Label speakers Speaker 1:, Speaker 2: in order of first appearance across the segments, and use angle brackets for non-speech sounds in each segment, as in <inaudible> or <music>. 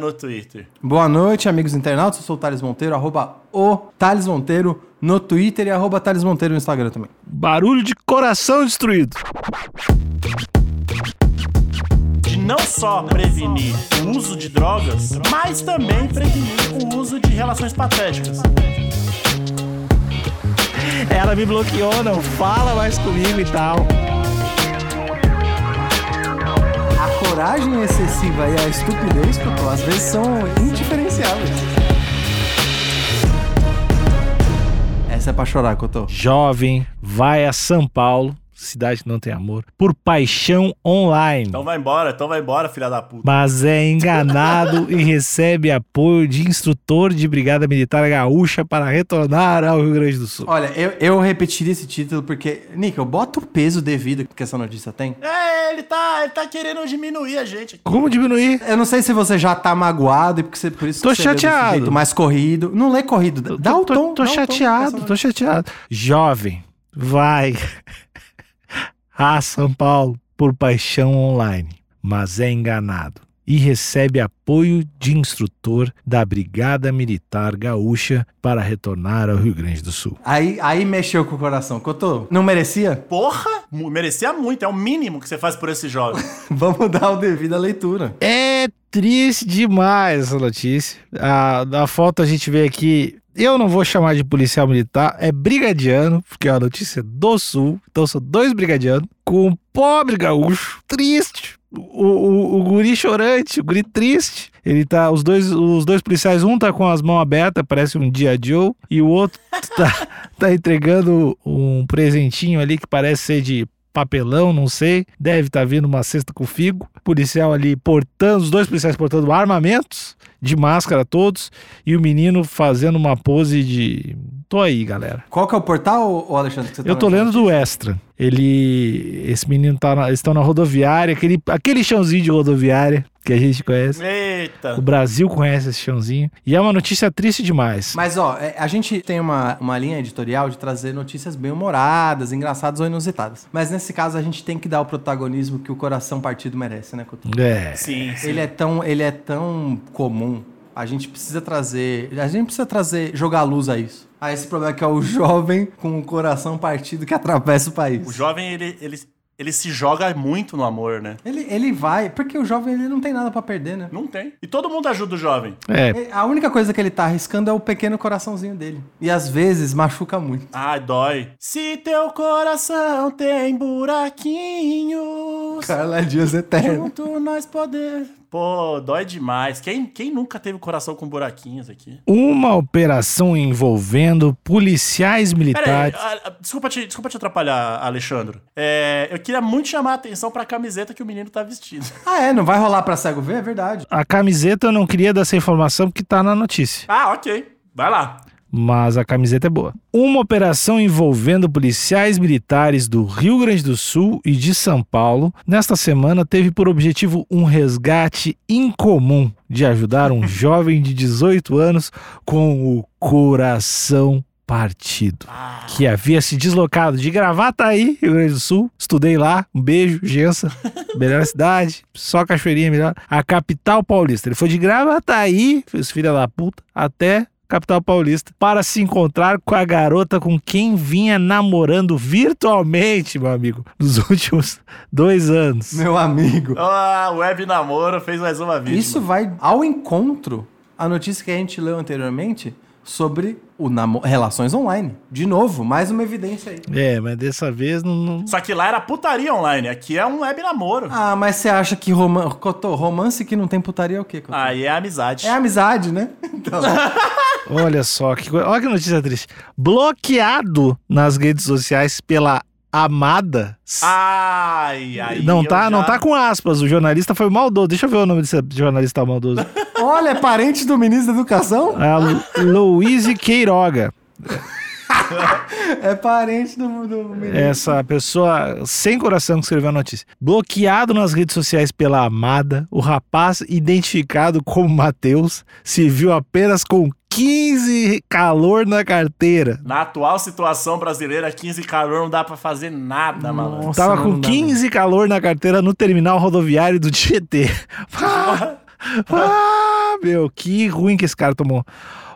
Speaker 1: no Twitter.
Speaker 2: Boa noite, amigos internautas. Eu sou o Thales Monteiro, arroba o Thales Monteiro no Twitter e arroba Thales Monteiro no Instagram também.
Speaker 3: Barulho de coração destruído.
Speaker 1: De não só prevenir o uso de drogas, mas também prevenir o uso de relações patéticas.
Speaker 3: Ela me bloqueou, não fala mais comigo e tal.
Speaker 2: A coragem excessiva e a estupidez, Cotô, às vezes são indiferenciáveis. Essa é pra chorar, Cotô.
Speaker 3: Jovem vai a São Paulo, cidade que não tem amor, por paixão online.
Speaker 1: Então vai embora, então vai embora, filha da puta.
Speaker 3: mas é enganado e recebe apoio de instrutor de Brigada Militar Gaúcha para retornar ao Rio Grande do Sul.
Speaker 2: Olha, eu, eu repetiria esse título porque, Níquel, bota o peso devido que essa notícia tem.
Speaker 1: É, ele tá, ele tá querendo diminuir a gente.
Speaker 3: Como diminuir?
Speaker 2: Eu não sei se você já tá magoado e porque você, por isso
Speaker 3: Tô
Speaker 2: que você leu desse
Speaker 3: chateado.
Speaker 2: jeito mais corrido. Não lê corrido, dá- dá
Speaker 3: Tô-
Speaker 2: o
Speaker 3: tô- Tô,
Speaker 2: tom. dá o tom dessa
Speaker 3: chateado, tô chateado. Jovem, vai <laughs> a São Paulo por paixão online, mas é enganado e recebe apoio de instrutor da Brigada Militar Gaúcha para retornar ao Rio Grande do Sul.
Speaker 2: Aí, aí mexeu com o coração. Cotô, não merecia? <laughs>
Speaker 1: Porra, mu- merecia muito, é o mínimo que você faz por esse jovem.
Speaker 2: Vamos dar o devido à leitura.
Speaker 3: É triste demais essa notícia. A, a foto a gente vê aqui. Eu não vou chamar de policial militar, é brigadiano, porque é uma notícia do sul. Então são dois brigadianos com um pobre gaúcho, triste. O, o, o guri chorante, o guri triste. Ele tá. Os dois, os dois policiais, um tá com as mãos abertas, parece um dia Joe, e o outro <laughs> tá, tá entregando um presentinho ali que parece ser de papelão, não sei. Deve estar vindo uma cesta com figo. Policial ali portando, os dois policiais portando armamentos de máscara todos e o menino fazendo uma pose de tô aí, galera.
Speaker 2: Qual que é o portal, ô Alexandre? que você tá
Speaker 3: Eu tô
Speaker 2: mexendo?
Speaker 3: lendo do Extra. Ele esse menino tá na, eles estão na rodoviária, aquele aquele chãozinho de rodoviária que a gente conhece.
Speaker 1: Eita.
Speaker 3: O Brasil conhece esse chãozinho. E é uma notícia triste demais.
Speaker 2: Mas, ó, é, a gente tem uma, uma linha editorial de trazer notícias bem-humoradas, engraçadas ou inusitadas. Mas nesse caso, a gente tem que dar o protagonismo que o coração partido merece, né, Couto?
Speaker 3: É.
Speaker 1: Sim, sim.
Speaker 2: Ele é tão, ele é tão comum. A gente precisa trazer, a gente precisa trazer, jogar luz a isso. A esse problema que é o jovem com o coração partido que atravessa o país.
Speaker 1: O jovem, ele, ele, ele se joga muito no amor, né?
Speaker 2: Ele, ele vai, porque o jovem ele não tem nada pra perder, né?
Speaker 1: Não tem. E todo mundo ajuda o jovem.
Speaker 3: É.
Speaker 2: É, A única coisa que ele tá arriscando é o pequeno coraçãozinho dele. E às vezes machuca muito. <laughs>
Speaker 1: Ai, dói. Se teu coração tem buraquinhos,
Speaker 2: Carla Dias eterno.
Speaker 1: junto nós poder. Pô, dói demais. Quem, quem nunca teve coração com buraquinhos aqui?
Speaker 3: Uma operação envolvendo policiais
Speaker 1: Pera aí,
Speaker 3: militares.
Speaker 1: a- a- ah, desculpa te, desculpa te atrapalhar, Alexandro. É, eu queria muito chamar a atenção pra camiseta que o menino tá vestindo.
Speaker 2: Ah, é? Não vai rolar pra cego ver? É verdade.
Speaker 3: A camiseta eu não queria dar essa informação porque tá na notícia.
Speaker 1: <laughs> Ah, ok. Vai lá.
Speaker 3: Mas a camiseta é boa. Uma operação envolvendo policiais militares do Rio Grande do Sul e de São Paulo nesta semana teve por objetivo um resgate incomum de ajudar um <laughs> jovem de 18 anos com o coração partido.
Speaker 1: Ah,
Speaker 3: que havia se deslocado de Gravataí, Rio Grande do Sul. Estudei lá, um beijo, Gensa, melhor cidade, só cachoeirinha melhor. A capital paulista. Ele foi de Gravataí, os filha da puta, até capital paulista, para se encontrar com a garota com quem vinha namorando virtualmente, meu amigo, nos últimos dois anos.
Speaker 2: Meu amigo.
Speaker 1: Ah, o web namoro fez mais uma vítima.
Speaker 2: Isso vai ao encontro à notícia que a gente leu anterioramente sobre o namo- relações online. De novo, mais uma evidência aí.
Speaker 3: É, mas dessa vez não- não,
Speaker 1: Só que lá era putaria online, aqui é um web namoro.
Speaker 2: Ah, mas você acha que roman... Cotô, romance que não tem putaria é o quê, Cotô?
Speaker 1: Aí é amizade.
Speaker 2: É amizade, né? <laughs> Então,
Speaker 3: Olha só que coisa. Olha que notícia triste. Bloqueado nas redes sociais pela amada.
Speaker 1: Ai, ai.
Speaker 3: não
Speaker 1: eu
Speaker 3: tá, não
Speaker 1: já-
Speaker 3: tá com aspas. O jornalista foi maldoso. Deixa eu ver o nome desse jornalista maldoso.
Speaker 2: Olha, é parente do ministro da Educação?
Speaker 3: A Lu- Louise Queiroga.
Speaker 2: É parente do, do ministro.
Speaker 3: Essa pessoa sem coração que escreveu a notícia. Bloqueado nas redes sociais pela amada, o rapaz, identificado como Matheus, se viu apenas com 15 calor na carteira.
Speaker 1: Na atual situação brasileira, 15 calor não dá pra fazer nada, malandro.
Speaker 2: Nossa,
Speaker 3: Tava
Speaker 2: não,
Speaker 3: com
Speaker 2: não dá,
Speaker 3: 15 calor na carteira no terminal rodoviário do Tietê. <laughs> Ah, ah, meu, que ruim que esse cara tomou.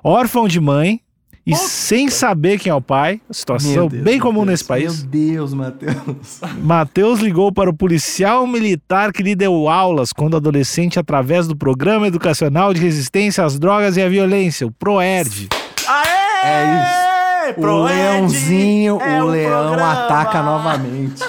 Speaker 3: Órfão de mãe e sem saber quem é o pai, situação
Speaker 2: Meu Deus,
Speaker 3: bem comum
Speaker 2: Matheus.
Speaker 3: nesse país.
Speaker 2: Meu Deus, Matheus.
Speaker 3: Matheus ligou para o policial militar que lhe deu aulas quando adolescente através do Programa Educacional de Resistência às Drogas e à Violência, o PROERD.
Speaker 1: Aê!
Speaker 2: É
Speaker 1: Pro
Speaker 2: o
Speaker 1: Ed
Speaker 2: leãozinho,
Speaker 1: é
Speaker 2: o
Speaker 1: um
Speaker 2: leão
Speaker 1: programa.
Speaker 2: ataca novamente.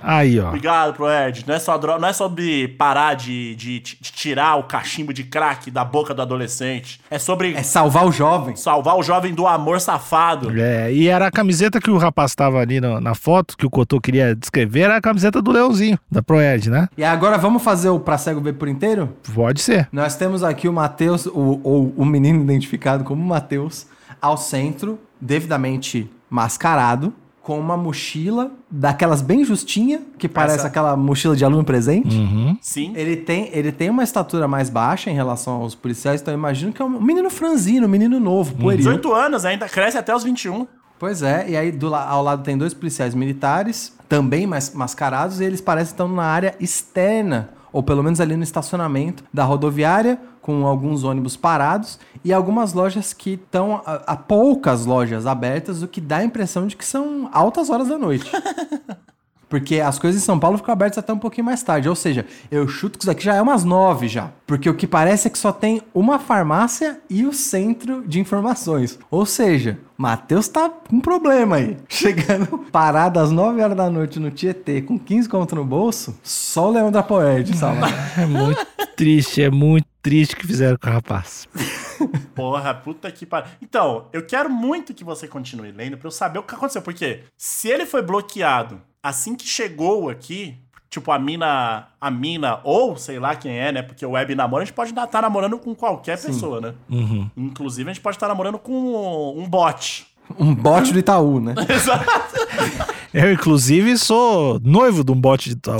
Speaker 3: Aí, ó.
Speaker 1: Obrigado, Proerd. Não é só dro- não é sobre parar de, de t- de tirar o cachimbo de crack da boca do adolescente. <laughs> É sobre
Speaker 2: É salvar o jovem.
Speaker 1: salvar o jovem do amor safado.
Speaker 3: É, e era a camiseta que o rapaz tava ali na, na foto, que o Cotô queria descrever, era a camiseta do Leãozinho, da ProEd, né?
Speaker 2: E agora vamos fazer o Pra Cego Ver por inteiro?
Speaker 3: Pode ser.
Speaker 2: Nós temos aqui o Matheus, o- ou o menino identificado como Matheus, ao centro, devidamente mascarado, com uma mochila daquelas bem justinha, que parece
Speaker 1: Essa.
Speaker 2: aquela mochila de aluno presente.
Speaker 3: Uhum.
Speaker 1: Sim.
Speaker 2: Ele tem, ele tem uma estatura mais baixa em relação aos policiais, então eu imagino que é um menino franzino, um menino novo, pueril.
Speaker 1: 18 anos ainda, cresce até os 21.
Speaker 2: Pois é, e aí do la- ao lado tem dois policiais militares, também mas- mascarados, e eles parecem estar na área externa, ou pelo menos ali no estacionamento da rodoviária, com alguns ônibus parados e algumas lojas que estão a, a poucas lojas abertas, o que dá a impressão de que são altas horas da noite. Porque as coisas em São Paulo ficam abertas até um pouquinho mais tarde. Ou seja, eu chuto que isso aqui já é umas nove já. Porque o que parece é que só tem uma farmácia e o centro de informações. Ou seja, Matheus tá com um problema aí. <laughs> Chegando parado às 9 horas da noite no Tietê com 15 conto no bolso, só o Leão da Poed salva.
Speaker 3: É muito <laughs> triste, é muito triste o que fizeram com o rapaz.
Speaker 1: Porra, puta que pariu. Então, eu quero muito que você continue lendo pra eu saber o que aconteceu. Porque se ele foi bloqueado assim que chegou aqui, tipo a mina, a mina ou sei lá quem é, né? Porque o web namoro a gente pode estar namorando com qualquer pessoa, né?
Speaker 3: Uhum.
Speaker 1: Inclusive a gente pode estar namorando com um bot. <laughs>
Speaker 2: Um bote do Itaú, né?
Speaker 1: Exato.
Speaker 3: Eu, inclusive, sou noivo de um bote de tal.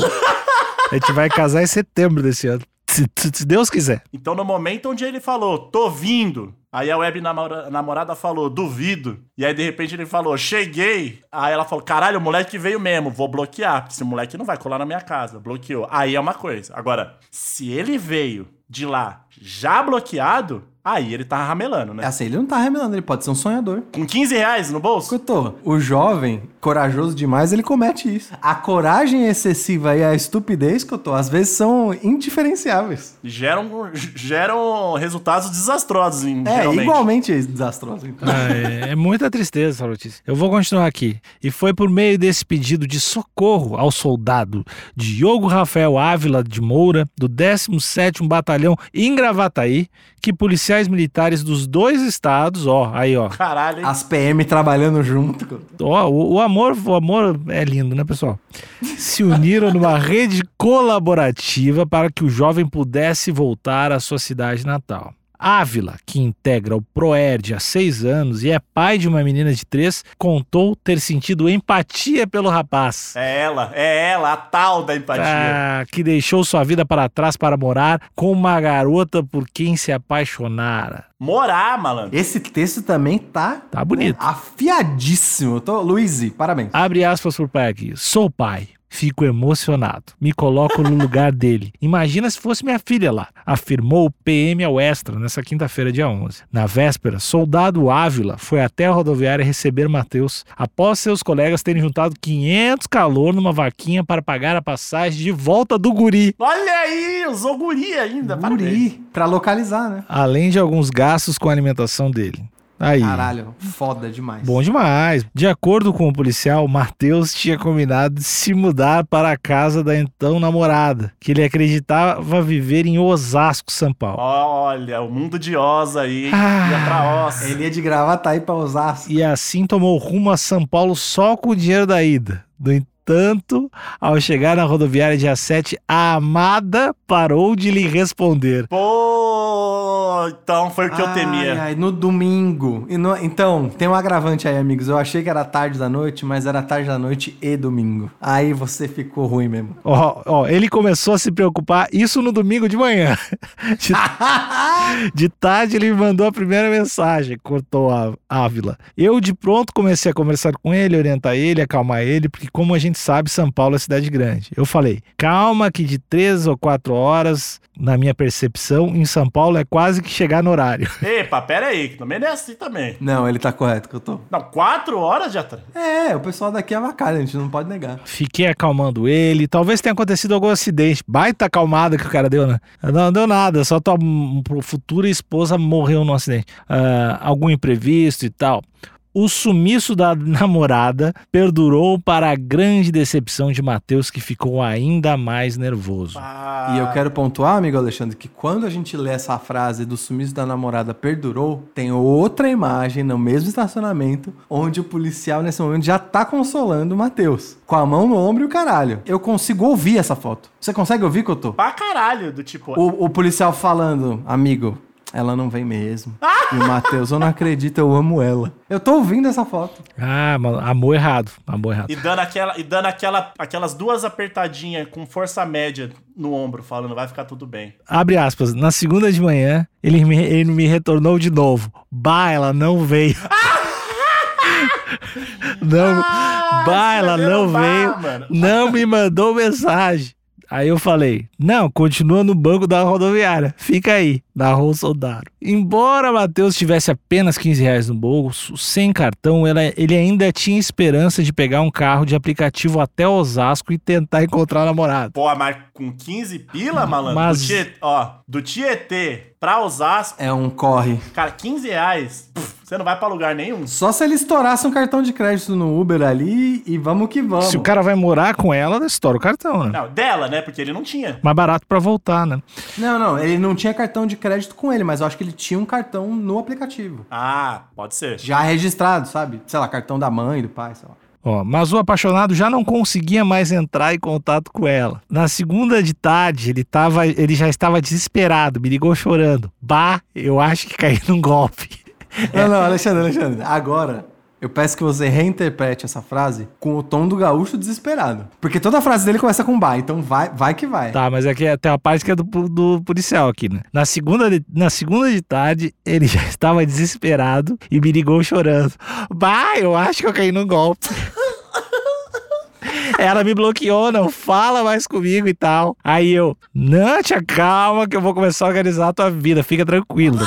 Speaker 3: A gente vai casar em setembro desse ano. Se, se- se Deus quiser.
Speaker 1: Então no momento onde ele falou, tô vindo. Aí a web namora- namorada falou, duvido. E aí, de repente, ele falou, cheguei. Aí ela falou, caralho, o moleque veio mesmo, vou bloquear. porque Esse moleque não vai colar na minha casa. Bloqueou. Aí é uma coisa. Agora, se ele veio de lá já bloqueado, aí ele tá ramelando, né?
Speaker 2: Assim, ele não tá remelando, ele pode ser um sonhador.
Speaker 1: Com 15 reais no bolso?
Speaker 2: Escutou, o jovem, corajoso demais, ele comete isso. A coragem excessiva e a estupidez, Escutou, às vezes são indiferenciáveis.
Speaker 1: Geram, geram resultados desastrosos, em-
Speaker 2: É,
Speaker 1: geralmente.
Speaker 2: igualmente desastroso, então.
Speaker 3: Ah, É, é muita tristeza essa notícia. Eu vou continuar aqui. E foi por meio desse pedido de socorro ao soldado Diogo Rafael Ávila de Moura, do 17º Batalhão em Gravataí, que policiais militares dos dois estados, ó, aí ó,
Speaker 1: Caralho, hein?
Speaker 2: As PM trabalhando junto. Cotô.
Speaker 3: Ó, o, o amor, o amor é lindo, né, pessoal? Se uniram numa rede colaborativa para que o jovem pudesse voltar à sua cidade natal. Ávila, que integra o Proerd há seis anos e é pai de uma menina de três, contou ter sentido empatia pelo rapaz.
Speaker 1: É ela, é ela, a tal da empatia.
Speaker 3: Ah, que deixou sua vida para trás para morar com uma garota por quem se apaixonara.
Speaker 1: Morar, malandro.
Speaker 2: Esse texto também tá
Speaker 3: Tá bonito. Ah,
Speaker 2: afiadíssimo. Eu Tô... Luiz, parabéns.
Speaker 3: Abre aspas pro pai aqui. Sou pai. Fico emocionado. Me coloco no lugar dele. Imagina se fosse minha filha lá. Afirmou o PM ao Extra nessa quinta-feira, dia 11. Na véspera, soldado Ávila foi até a rodoviária receber Matheus após seus colegas terem juntado 500 calor numa vaquinha para pagar a passagem de volta do guri.
Speaker 1: Olha aí, usou guri ainda, parabéns.
Speaker 2: Guri, pra localizar, né?
Speaker 3: Além de alguns gastos com a alimentação dele. Aí.
Speaker 2: Caralho, foda demais.
Speaker 3: Bom demais. De acordo com o policial, Matheus tinha combinado de se mudar para a casa da então namorada, que ele acreditava viver em Osasco, São Paulo.
Speaker 1: Olha, o mundo de Oz aí,
Speaker 3: Ah,
Speaker 1: ia pra Oz.
Speaker 2: Ele ia de gravata aí pra usar.
Speaker 3: E assim tomou rumo a São Paulo só com o dinheiro da ida. No entanto, Entretanto, ao chegar na rodoviária dia 7, a amada parou de lhe responder.
Speaker 1: Pô, então foi o que eu
Speaker 2: Ai,
Speaker 1: temia.
Speaker 2: ai, no domingo. E no- Então, tem um agravante aí, amigos. Eu achei que era tarde da noite, mas era tarde da noite e domingo. Aí você ficou ruim mesmo. <laughs>
Speaker 3: Ó, ó, ele começou a se preocupar, isso no domingo de manhã. De, de tarde ele me mandou a primeira mensagem, cortou a Ávila. Eu de pronto comecei a conversar com ele, orientar ele, acalmar ele, porque como a gente sabe, São Paulo é cidade grande. Eu falei, calma que de três ou quatro horas, na minha percepção, em São Paulo é quase que chegar no horário.
Speaker 1: Epa, pera aí, que também não é assim também.
Speaker 2: Não, ele tá correto que eu tô.
Speaker 1: Não, quatro horas de atraso.
Speaker 2: É, o pessoal daqui é avacalha, a gente não pode negar.
Speaker 3: Fiquei acalmando ele. Talvez tenha acontecido algum acidente. Baita acalmada que o cara deu, né? Não, não deu nada. Só tua hum, futura esposa morreu num acidente. Ah, algum imprevisto e tal. O sumiço da <laughs> namorada perdurou para a grande decepção de Matheus, que ficou ainda mais nervoso.
Speaker 1: Ah,
Speaker 2: E eu quero pontuar, amigo Alexandre, que quando a gente lê essa frase do sumiço da namorada perdurou, tem outra imagem no mesmo estacionamento, onde o policial nesse momento já tá consolando o Matheus. Com a mão no ombro e o caralho. Eu consigo ouvir essa foto. Você consegue ouvir, Cotô?
Speaker 1: Pra caralho, do tipo.
Speaker 2: O, o policial falando, amigo, ela não vem mesmo.
Speaker 3: <laughs>
Speaker 2: E o Matheus, eu não acredito, eu amo ela. Eu tô ouvindo essa foto.
Speaker 3: Ah, mano, amor errado. Amor errado.
Speaker 1: E dando, aquela, e dando aquela, aquelas duas apertadinhas com força média no ombro, falando, vai ficar tudo bem.
Speaker 3: Abre aspas. Na segunda de manhã, ele me, ele me retornou de novo. Bah, ela não veio. <laughs> não. bah, ela
Speaker 1: escreveu
Speaker 3: não
Speaker 1: tá bah,
Speaker 3: veio.
Speaker 1: mano.
Speaker 3: Não me mandou mensagem. Aí eu falei: não, continua no banco da rodoviária. Fica aí, na Rua Soldado. Embora Matheus tivesse apenas 15 reais no bolso, sem cartão, ela- ele ainda tinha esperança de pegar um carro de aplicativo até Osasco e tentar encontrar a namorada.
Speaker 1: Pô, mas com 15 pila, malandro?
Speaker 3: Mas-
Speaker 1: Do Tietê, ó, do Tietê pra Osasco,
Speaker 2: É um corre.
Speaker 1: cara, 15 reais, pff, você não vai pra lugar nenhum.
Speaker 2: Só se ele estourasse um cartão de crédito no Uber ali e vamos que vamos.
Speaker 3: Se o cara vai morar com ela, estoura o cartão, né?
Speaker 1: Não, dela, né? Porque ele não tinha.
Speaker 3: mais barato pra voltar, né?
Speaker 2: Não, não, ele não tinha cartão de crédito com ele, mas eu acho que ele tinha um cartão no aplicativo.
Speaker 1: Ah, pode ser.
Speaker 2: Já registrado, sabe? Sei lá, cartão da mãe, do pai,
Speaker 3: <laughs>
Speaker 2: sei lá.
Speaker 3: Ó, mas o apaixonado já não conseguia mais entrar em contato com ela. Na segunda de tarde, ele, tava, ele já estava desesperado, me ligou chorando. Bah, eu acho que caí num golpe. É.
Speaker 2: Não, não, Alexandre, Alexandre. Agora, eu peço que você reinterprete essa frase com o tom do gaúcho desesperado. Porque toda a frase dele começa com ba, então vai, vai que vai.
Speaker 3: Tá, mas aqui tem uma parte que é do, pu- do policial aqui, né? Na segunda, de, na segunda de tarde, ele já <laughs> estava desesperado e me ligou chorando. Bah, eu acho que eu caí num golpe. <laughs> Ela me bloqueou, não fala mais comigo e tal. Aí eu, não, tia, calma que eu vou começar a organizar a tua vida, fica <laughs> tranquilo.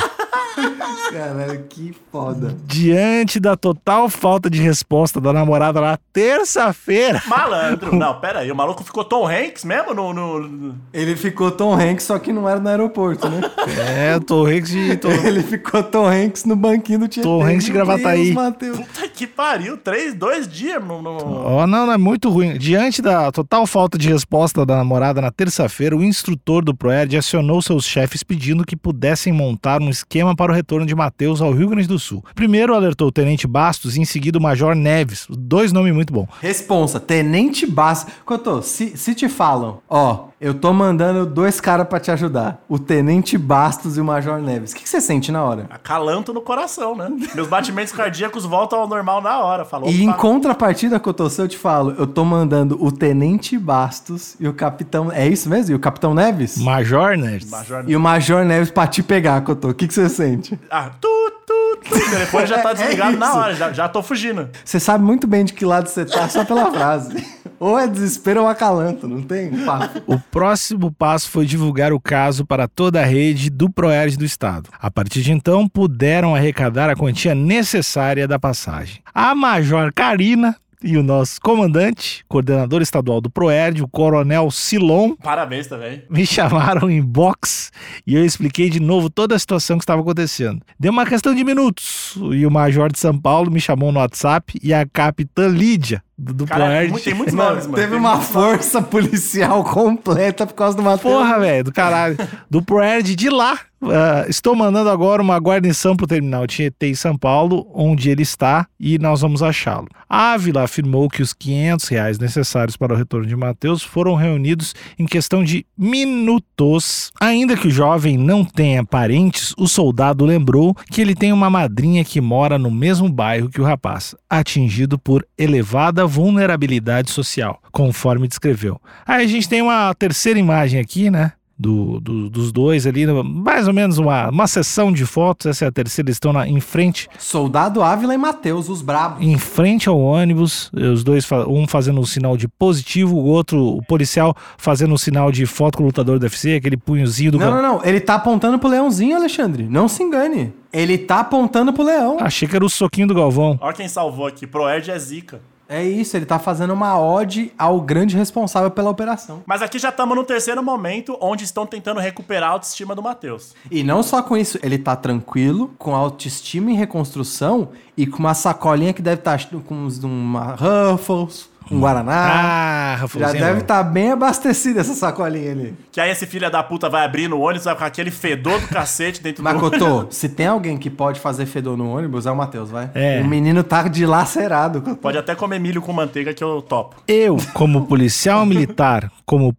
Speaker 2: Caralho, que foda.
Speaker 3: Diante da total falta de resposta da namorada na terça-feira,
Speaker 2: <laughs>
Speaker 1: Malandro, não, pera aí, o maluco ficou Tom Hanks mesmo no... no- no-
Speaker 2: Ele ficou Tom Hanks, só que não era no aeroporto, né? <laughs>
Speaker 3: é, eu tô rico de. Tô...
Speaker 2: Ele ficou Tom Hanks no banquinho do Tietê.
Speaker 3: Tom Hanks de
Speaker 2: Meu
Speaker 3: Gravataí.
Speaker 2: Deus, Matheus.
Speaker 1: Puta que pariu, três, dois dias no... no-
Speaker 3: Oh, não, não, é muito ruim. Diante da total falta de resposta da namorada na terça-feira, o instrutor do Proerd acionou seus chefes pedindo que pudessem montar um esquema para o retorno de Matheus ao Rio Grande do Sul. Primeiro alertou o Tenente Bastos e em seguida o Major Neves. Dois nomes muito bons.
Speaker 2: Responsa, Tenente Basso. Cotô, se, se te falam, ó, eu tô mandando dois caras pra te ajudar. O Tenente Bastos e o Major Neves. O que, que você sente na hora?
Speaker 1: Acalanto no coração, né? Meus batimentos cardíacos voltam ao normal na hora. Falou,
Speaker 2: E em
Speaker 1: opa.
Speaker 2: contrapartida, Cotô, se eu te falo, eu tô mandando o Tenente Bastos e o Capitão... É isso mesmo? E o Capitão Neves?
Speaker 3: Major Neves.
Speaker 1: Major-
Speaker 2: E o Major Neves pra te pegar, Cotô. O que, que você sente?
Speaker 1: Ah, tu, tu, tu. O telefone já tá
Speaker 2: <laughs> É
Speaker 1: desligado na
Speaker 2: isso.
Speaker 1: hora, já, já tô fugindo.
Speaker 2: Você sabe muito bem de que lado você tá
Speaker 3: <laughs>
Speaker 2: só pela frase. ou é desespero ou acalanto, não tem? um papo?
Speaker 3: O próximo passo foi divulgar o caso para toda a rede do Proerd do Estado. A partir de então, puderam arrecadar a quantia necessária da passagem. A Major Karina e o nosso comandante, coordenador estadual do Proerd, o Coronel Silon,
Speaker 1: Parabéns também.
Speaker 3: me <laughs> chamaram em box e eu expliquei de novo toda a situação que estava acontecendo. Deu uma questão de minutos e o Major de São Paulo me chamou no WhatsApp e a Capitã Lídia, do, do
Speaker 1: Cara,
Speaker 3: Proerd.
Speaker 1: tem muitos
Speaker 2: Mano,
Speaker 1: nomes, mano.
Speaker 2: teve
Speaker 1: Tem
Speaker 2: uma
Speaker 1: muitos
Speaker 2: força policial completa por causa do Matheus.
Speaker 3: Porra, velho, do caralho. Do Proerd de lá. Ah, estou mandando agora uma guarnição pro terminal Tietê em São Paulo, onde ele está, e nós vamos achá-lo. A Ávila afirmou que os 500 reais necessários para o retorno de Matheus foram reunidos em questão de minutos. Ainda que o jovem não tenha parentes, o soldado lembrou que ele tem uma madrinha que mora no mesmo bairro que o rapaz, atingido por elevada vulnerabilidade social, conforme descreveu. Aí a gente tem uma terceira imagem aqui, né? Do, do- dos dois ali, mais ou menos uma, uma sessão de fotos. Essa é a terceira, eles estão na- em frente
Speaker 2: Soldado Ávila e Matheus, os brabos.
Speaker 3: em frente ao ônibus, os dois, fa- um fazendo um sinal de positivo, o outro, o policial, fazendo um sinal de foto com o lutador do UFC, aquele punhozinho do.
Speaker 2: Não,
Speaker 3: cara.
Speaker 2: não, não. Ele tá apontando pro leãozinho, Alexandre. Não se engane. Ele tá apontando pro leão.
Speaker 3: Achei que era o soquinho do Galvão.
Speaker 1: Olha quem salvou aqui. Proerd é zica.
Speaker 2: É isso, ele tá fazendo uma ode ao grande responsável pela operação.
Speaker 1: Mas aqui já estamos no terceiro momento onde estão tentando recuperar a autoestima do Matheus.
Speaker 2: E não só com isso, ele tá tranquilo, com autoestima em reconstrução e com uma sacolinha que deve estar com uns, um, uma Ruffles, um Guaraná.
Speaker 3: Ah,
Speaker 2: Já
Speaker 3: Rafaelzinho.
Speaker 2: deve tá- estar bem abastecida essa sacolinha ali.
Speaker 1: Que aí esse filho da puta vai abrir no ônibus, vai com aquele fedor do cacete dentro do
Speaker 2: Makoto,
Speaker 3: <laughs>
Speaker 2: se tem alguém que pode fazer fedor no ônibus, é o Matheus, vai.
Speaker 3: É.
Speaker 2: O menino tá dilacerado.
Speaker 1: Pode até comer milho com manteiga que eu topo.
Speaker 3: Eu, como policial militar, como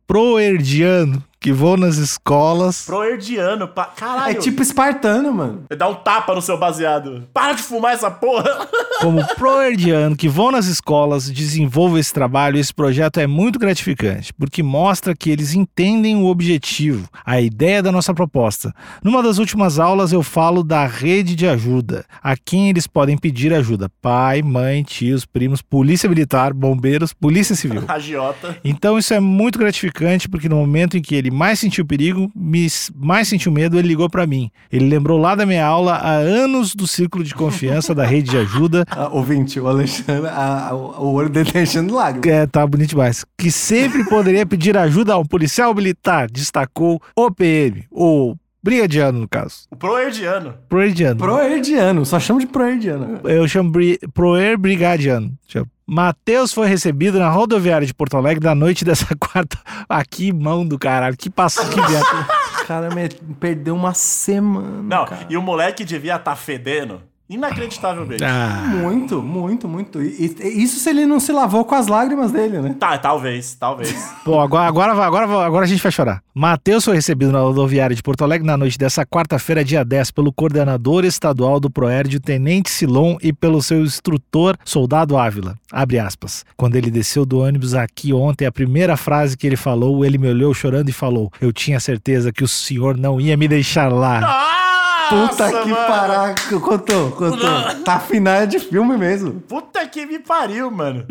Speaker 3: proerdiano, que vou nas escolas.
Speaker 1: Proerdiano, pa... caralho.
Speaker 2: É tipo espartano, mano.
Speaker 1: Dá um tapa no seu baseado. Para de fumar essa
Speaker 2: <laughs>
Speaker 1: porra.
Speaker 3: como proerdiano que vão nas escolas, desenvolvo esse trabalho, esse projeto é muito gratificante, porque mostra que eles entendem o objetivo, a ideia da nossa proposta. Numa das últimas aulas eu falo da rede de ajuda, a quem eles podem pedir ajuda: pai, mãe, tios, primos, polícia militar, bombeiros, polícia civil.
Speaker 1: Agiota.
Speaker 3: Então isso é muito gratificante, porque no momento em que ele mais sentiu perigo, me- mais sentiu medo, ele ligou pra mim. Ele lembrou lá da minha aula há anos do círculo de confiança da rede de ajuda
Speaker 2: Ah, ouvinte, o Alexandre, ah, o o olho dele tá enchendo lágrimas.
Speaker 3: É, tá bonito demais. Que sempre poderia pedir ajuda a um policial militar, destacou o PM, ou brigadiano no caso.
Speaker 1: O proerdiano.
Speaker 3: Proerdiano.
Speaker 2: Proerdiano, só chama de proerdiano.
Speaker 3: <laughs> Eu chamo bri... Proer Brigadiano. Chamo. Matheus foi recebido na rodoviária de Porto Alegre da noite dessa <laughs> quarta. Aqui, mão do caralho. Que passou que viado.
Speaker 2: O cara me- perdeu uma semana.
Speaker 1: Não,
Speaker 2: cara.
Speaker 1: e o moleque devia estar fedendo. Inacreditavelmente.
Speaker 2: É.
Speaker 3: Ah,
Speaker 2: Muito, muito, muito. E- e- e isso se ele não se lavou com as lágrimas dele, né?
Speaker 1: Tá, talvez, talvez.
Speaker 3: Bom, agora, agora, vai- agora, vai- agora a gente vai chorar. Matheus foi recebido na rodoviária de Porto Alegre na noite dessa quarta-feira, dia 10, pelo coordenador estadual do Proérdio, Tenente Silon, e pelo seu instrutor, Soldado Ávila. Abre aspas. Quando ele desceu do ônibus aqui ontem, a primeira frase que ele falou, ele me olhou chorando e falou: Eu tinha certeza que o senhor não ia me deixar lá.
Speaker 2: <laughs> Puta
Speaker 1: Nossa,
Speaker 2: que
Speaker 1: mano.
Speaker 2: pará. Contou, contou. Tá afinado de filme mesmo.
Speaker 1: Puta que me pariu, mano.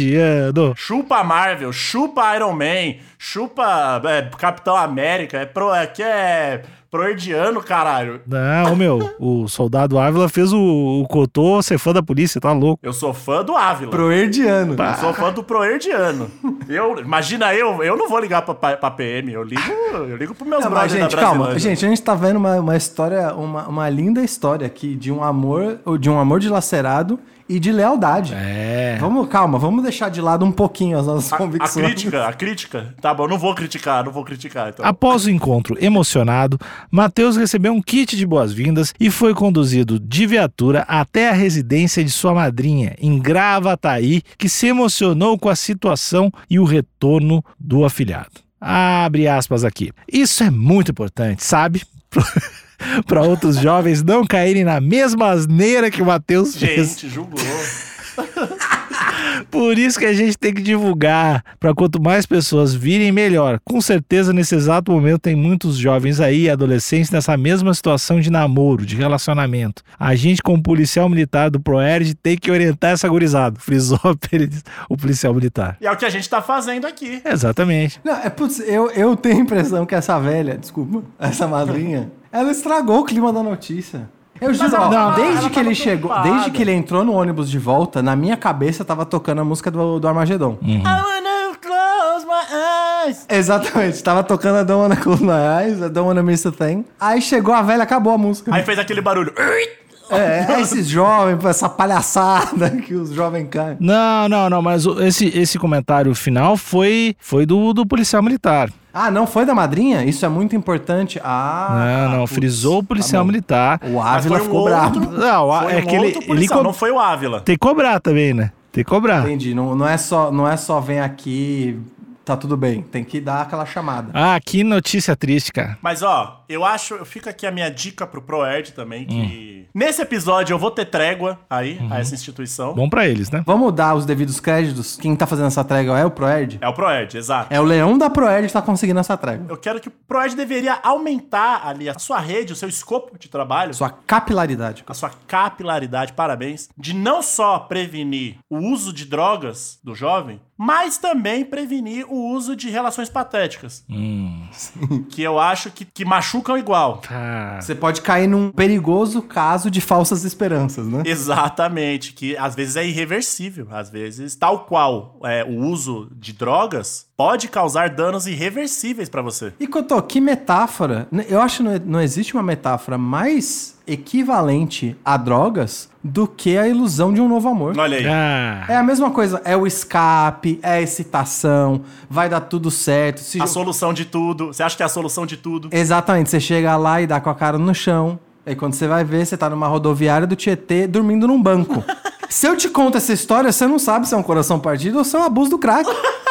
Speaker 3: Brigadiano.
Speaker 1: Chupa Marvel, chupa Iron Man, chupa é, Capitão América, é pro, é que é proerdiano, caralho.
Speaker 3: Não, meu, o soldado Ávila fez o, o Cotô ser fã da polícia, tá louco.
Speaker 1: Eu sou fã do Ávila.
Speaker 2: Proerdiano.
Speaker 1: Eu sou fã do proerdiano. Eu, imagina eu, eu não vou ligar pra, pra, pra PM, eu ligo, eu ligo pros meus
Speaker 2: Não, mas,
Speaker 1: brothers da
Speaker 2: gente,
Speaker 1: Brasilândia.
Speaker 2: calma. Gente, a gente tá vendo uma, uma história, uma, uma linda história aqui de um amor, ou de um amor dilacerado e de lealdade.
Speaker 3: É.
Speaker 2: Vamos, calma, vamos deixar de lado um pouquinho as nossas
Speaker 1: A- a,
Speaker 2: convicções.
Speaker 1: crítica, a crítica. Tá bom, não vou criticar, não vou criticar. Então.
Speaker 3: Após o encontro emocionado, Matheus recebeu um kit de boas-vindas e foi conduzido de viatura até a residência de sua madrinha, em Gravataí, que se emocionou com a situação e o retorno do afilhado. Abre aspas aqui. Isso é muito importante, sabe? <laughs> Para outros jovens não caírem na mesma asneira que o Matheus fez.
Speaker 1: Gente, julgou.
Speaker 3: Por isso que a gente tem que divulgar, para quanto mais pessoas virem, melhor. Com certeza, nesse exato momento, tem muitos jovens aí, adolescentes, nessa mesma situação de namoro, de relacionamento. A gente, como policial militar do Proerd, tem que orientar essa gurizada. Frisou <laughs> Pérez, o policial militar.
Speaker 1: E é o que a gente tá fazendo aqui.
Speaker 3: Exatamente.
Speaker 2: Não, é putz, eu, eu tenho a impressão que essa velha, desculpa, essa madrinha, ela estragou o clima da notícia. Eu juro,
Speaker 1: ela
Speaker 2: ó,
Speaker 3: tava-
Speaker 2: desde
Speaker 1: ela
Speaker 2: que
Speaker 1: tava
Speaker 2: ele chegou,
Speaker 1: preocupada.
Speaker 2: desde que ele entrou no ônibus de volta, na minha cabeça tava tocando a música do, do Armagedon.
Speaker 3: Hum.
Speaker 1: I wanna close my eyes.
Speaker 2: Exatamente, tava tocando a Don't Wanna Close My Eyes, a Don't Wanna Miss a Thing. Aí chegou a velha, acabou a música.
Speaker 1: Aí fez aquele barulho.
Speaker 3: <laughs>
Speaker 2: É, é esses jovens, essa palhaçada <laughs> que os jovens caem.
Speaker 3: Não, não, não, mas o- esse, esse comentário final foi, foi do, do policial militar.
Speaker 2: Ah, não foi da madrinha? Isso é muito importante. Ah,
Speaker 3: não, não,
Speaker 2: putz,
Speaker 3: frisou o
Speaker 2: tá
Speaker 3: policial
Speaker 2: bom.
Speaker 3: militar.
Speaker 2: O Ávila
Speaker 1: Mas foi um
Speaker 2: ficou
Speaker 1: outro-
Speaker 2: bravo.
Speaker 3: Não, a-
Speaker 1: Foi
Speaker 3: é
Speaker 1: um
Speaker 3: que ele,
Speaker 1: outro
Speaker 3: ele
Speaker 1: policial,
Speaker 3: co-
Speaker 1: não foi o Ávila.
Speaker 3: tem que cobrar também, né? Tem que cobrar.
Speaker 2: Entendi. Não, não é só, não é só vem aqui, tá tudo bem. Tem que dar aquela chamada.
Speaker 3: Ah, que notícia triste, cara.
Speaker 1: Mas ó, eu acho, fica aqui a minha dica pro ProErd também, que.
Speaker 3: Hum.
Speaker 1: Nesse episódio eu vou ter trégua aí, a essa instituição.
Speaker 3: Uhum. Bom pra eles, né?
Speaker 2: Vamos dar os devidos créditos. Quem tá fazendo essa trégua é o Proerd?
Speaker 1: É o ProErd, exato.
Speaker 2: É o leão da Proerd que tá conseguindo essa trégua.
Speaker 1: Eu quero que o ProErd deveria aumentar ali a sua rede, o seu escopo de trabalho.
Speaker 2: Sua capilaridade.
Speaker 1: a sua capilaridade, parabéns, de não só prevenir o uso de drogas do jovem, mas também prevenir o uso de relações patéticas,
Speaker 3: Hum.
Speaker 1: que eu acho que, que machucam igual.
Speaker 3: Tá.
Speaker 2: Você pode cair num perigoso caso de falsas esperanças, né?
Speaker 1: Exatamente, que às vezes é irreversível, às vezes, tal qual é, o uso de drogas pode causar danos irreversíveis pra você.
Speaker 2: E Cotô, que metáfora? N- Eu acho que não- não existe uma metáfora mais equivalente a drogas do que a ilusão de um novo amor.
Speaker 1: Olha aí.
Speaker 3: Ah.
Speaker 2: É a mesma coisa, é o escape, é a excitação, vai dar tudo certo. se-
Speaker 1: A solução de tudo. Você acha que é a solução de tudo?
Speaker 2: Exatamente, você chega lá e dá com a cara no chão. Aí quando você vai ver, você tá numa rodoviária do Tietê dormindo num banco. se eu te conto essa história, você não sabe se é um coração partido ou se é um abuso do crack.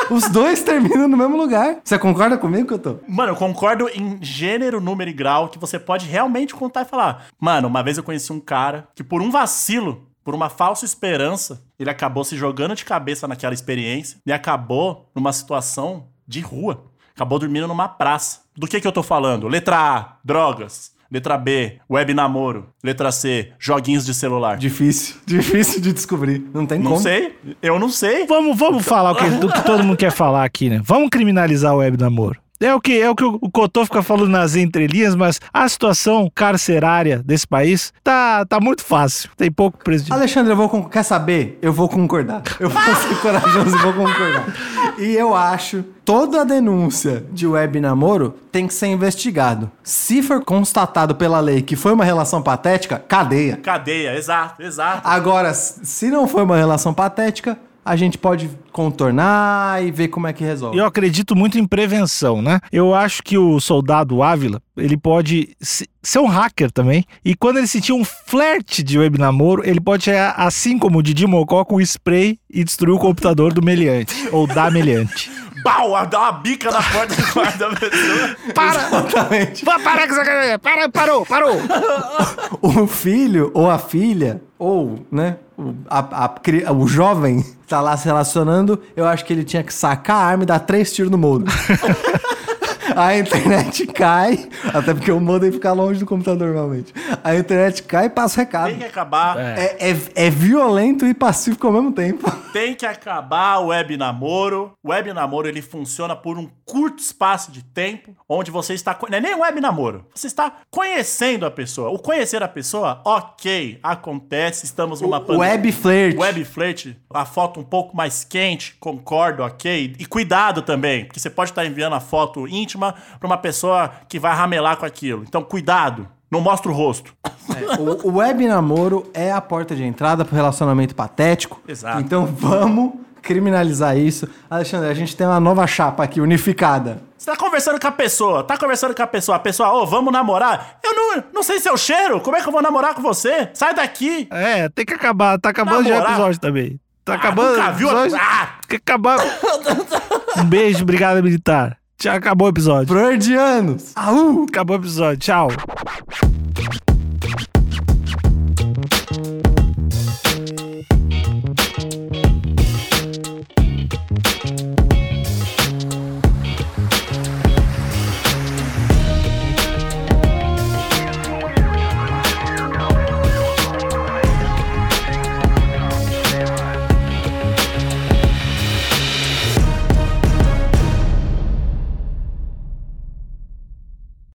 Speaker 2: Os dois terminam no mesmo lugar. Você concorda comigo, Cotô?
Speaker 1: Mano, eu concordo em gênero, número e grau que você pode realmente contar e falar. Mano, uma vez eu conheci um cara que por um vacilo, por uma falsa esperança, ele acabou se jogando de cabeça naquela experiência e acabou numa situação de rua. Acabou dormindo numa praça. Do que que eu tô falando? Letra A, drogas. Letra B, web namoro. Letra C, joguinhos de celular.
Speaker 2: Difícil, difícil de descobrir. Não tem
Speaker 1: Não
Speaker 2: como.
Speaker 1: sei, eu não sei.
Speaker 3: Vamos, vamos falar o que, do que todo mundo quer falar aqui, né? Vamos criminalizar o web namoro. É o que, é o, que o, o Cotô fica falando nas entrelinhas, mas a situação carcerária desse país tá, tá muito fácil. Tem pouco preso de...
Speaker 2: Alexandre, eu vou con- quer saber? Eu vou concordar. Eu vou ser corajoso e vou concordar. E eu acho toda a denúncia de web namoro tem que ser investigado. Se for constatado pela lei que foi uma relação patética, cadeia.
Speaker 1: Cadeia, exato, exato.
Speaker 2: Agora, s- se não foi uma relação patética, a gente pode contornar e ver como é que resolve.
Speaker 3: Eu acredito muito em prevenção, né? Eu acho que o soldado Ávila, ele pode se- ser um hacker também. E quando ele sentir um flerte de web namoro, ele pode chegar, assim como o Didi Mocó, com um spray e destruir o computador do meliante. ou da meliante.
Speaker 1: Bau, dá uma bica na porta do quarto <laughs> da pessoa.
Speaker 3: <laughs> Para!
Speaker 2: Exatamente.
Speaker 3: Vá parar com essa cara! Para, parou, parou!
Speaker 2: O filho ou a filha, ou, né, o, a- a cri- o jovem tá lá se relacionando, eu acho que ele tinha que sacar a arma e dar três tiros no modem. <laughs> A internet cai, até porque o modem fica longe do computador normalmente. A internet cai e passa o recado.
Speaker 1: Tem que acabar.
Speaker 2: É, é- é violento e pacífico ao mesmo tempo.
Speaker 1: Tem que acabar o web namoro. O web namoro ele funciona por um curto espaço de tempo, onde você está co- não é nem web namoro. Você está conhecendo a pessoa. O conhecer a pessoa, ok, acontece. Estamos numa
Speaker 2: Web flirt.
Speaker 1: Web flirt, a foto um pouco mais quente, concordo, ok. E cuidado também, porque você pode estar enviando a foto íntima para uma pessoa que vai ramelar com aquilo. Então cuidado, não mostra o rosto.
Speaker 2: O, o web namoro é a porta de entrada pro relacionamento patético.
Speaker 1: Exato.
Speaker 2: Então vamos criminalizar isso. Alexandre, a gente tem uma nova chapa aqui, unificada.
Speaker 1: Você tá conversando com a pessoa, tá conversando com a pessoa, a pessoa, ô, vamos namorar? Eu não, não sei seu cheiro, como é que eu vou namorar com você? Sai daqui!
Speaker 3: É, tem que acabar. Tá acabando já o
Speaker 1: Namorar? Ah,
Speaker 3: episódio também. Tá acabando.
Speaker 1: nunca viu a-
Speaker 3: episódio,
Speaker 1: Ah!
Speaker 3: Tem que
Speaker 1: <laughs>
Speaker 3: acabar. um beijo, obrigado, militar. Já acabou o episódio.
Speaker 2: Proerdianos! Aú!
Speaker 3: Acabou o episódio. Tchau.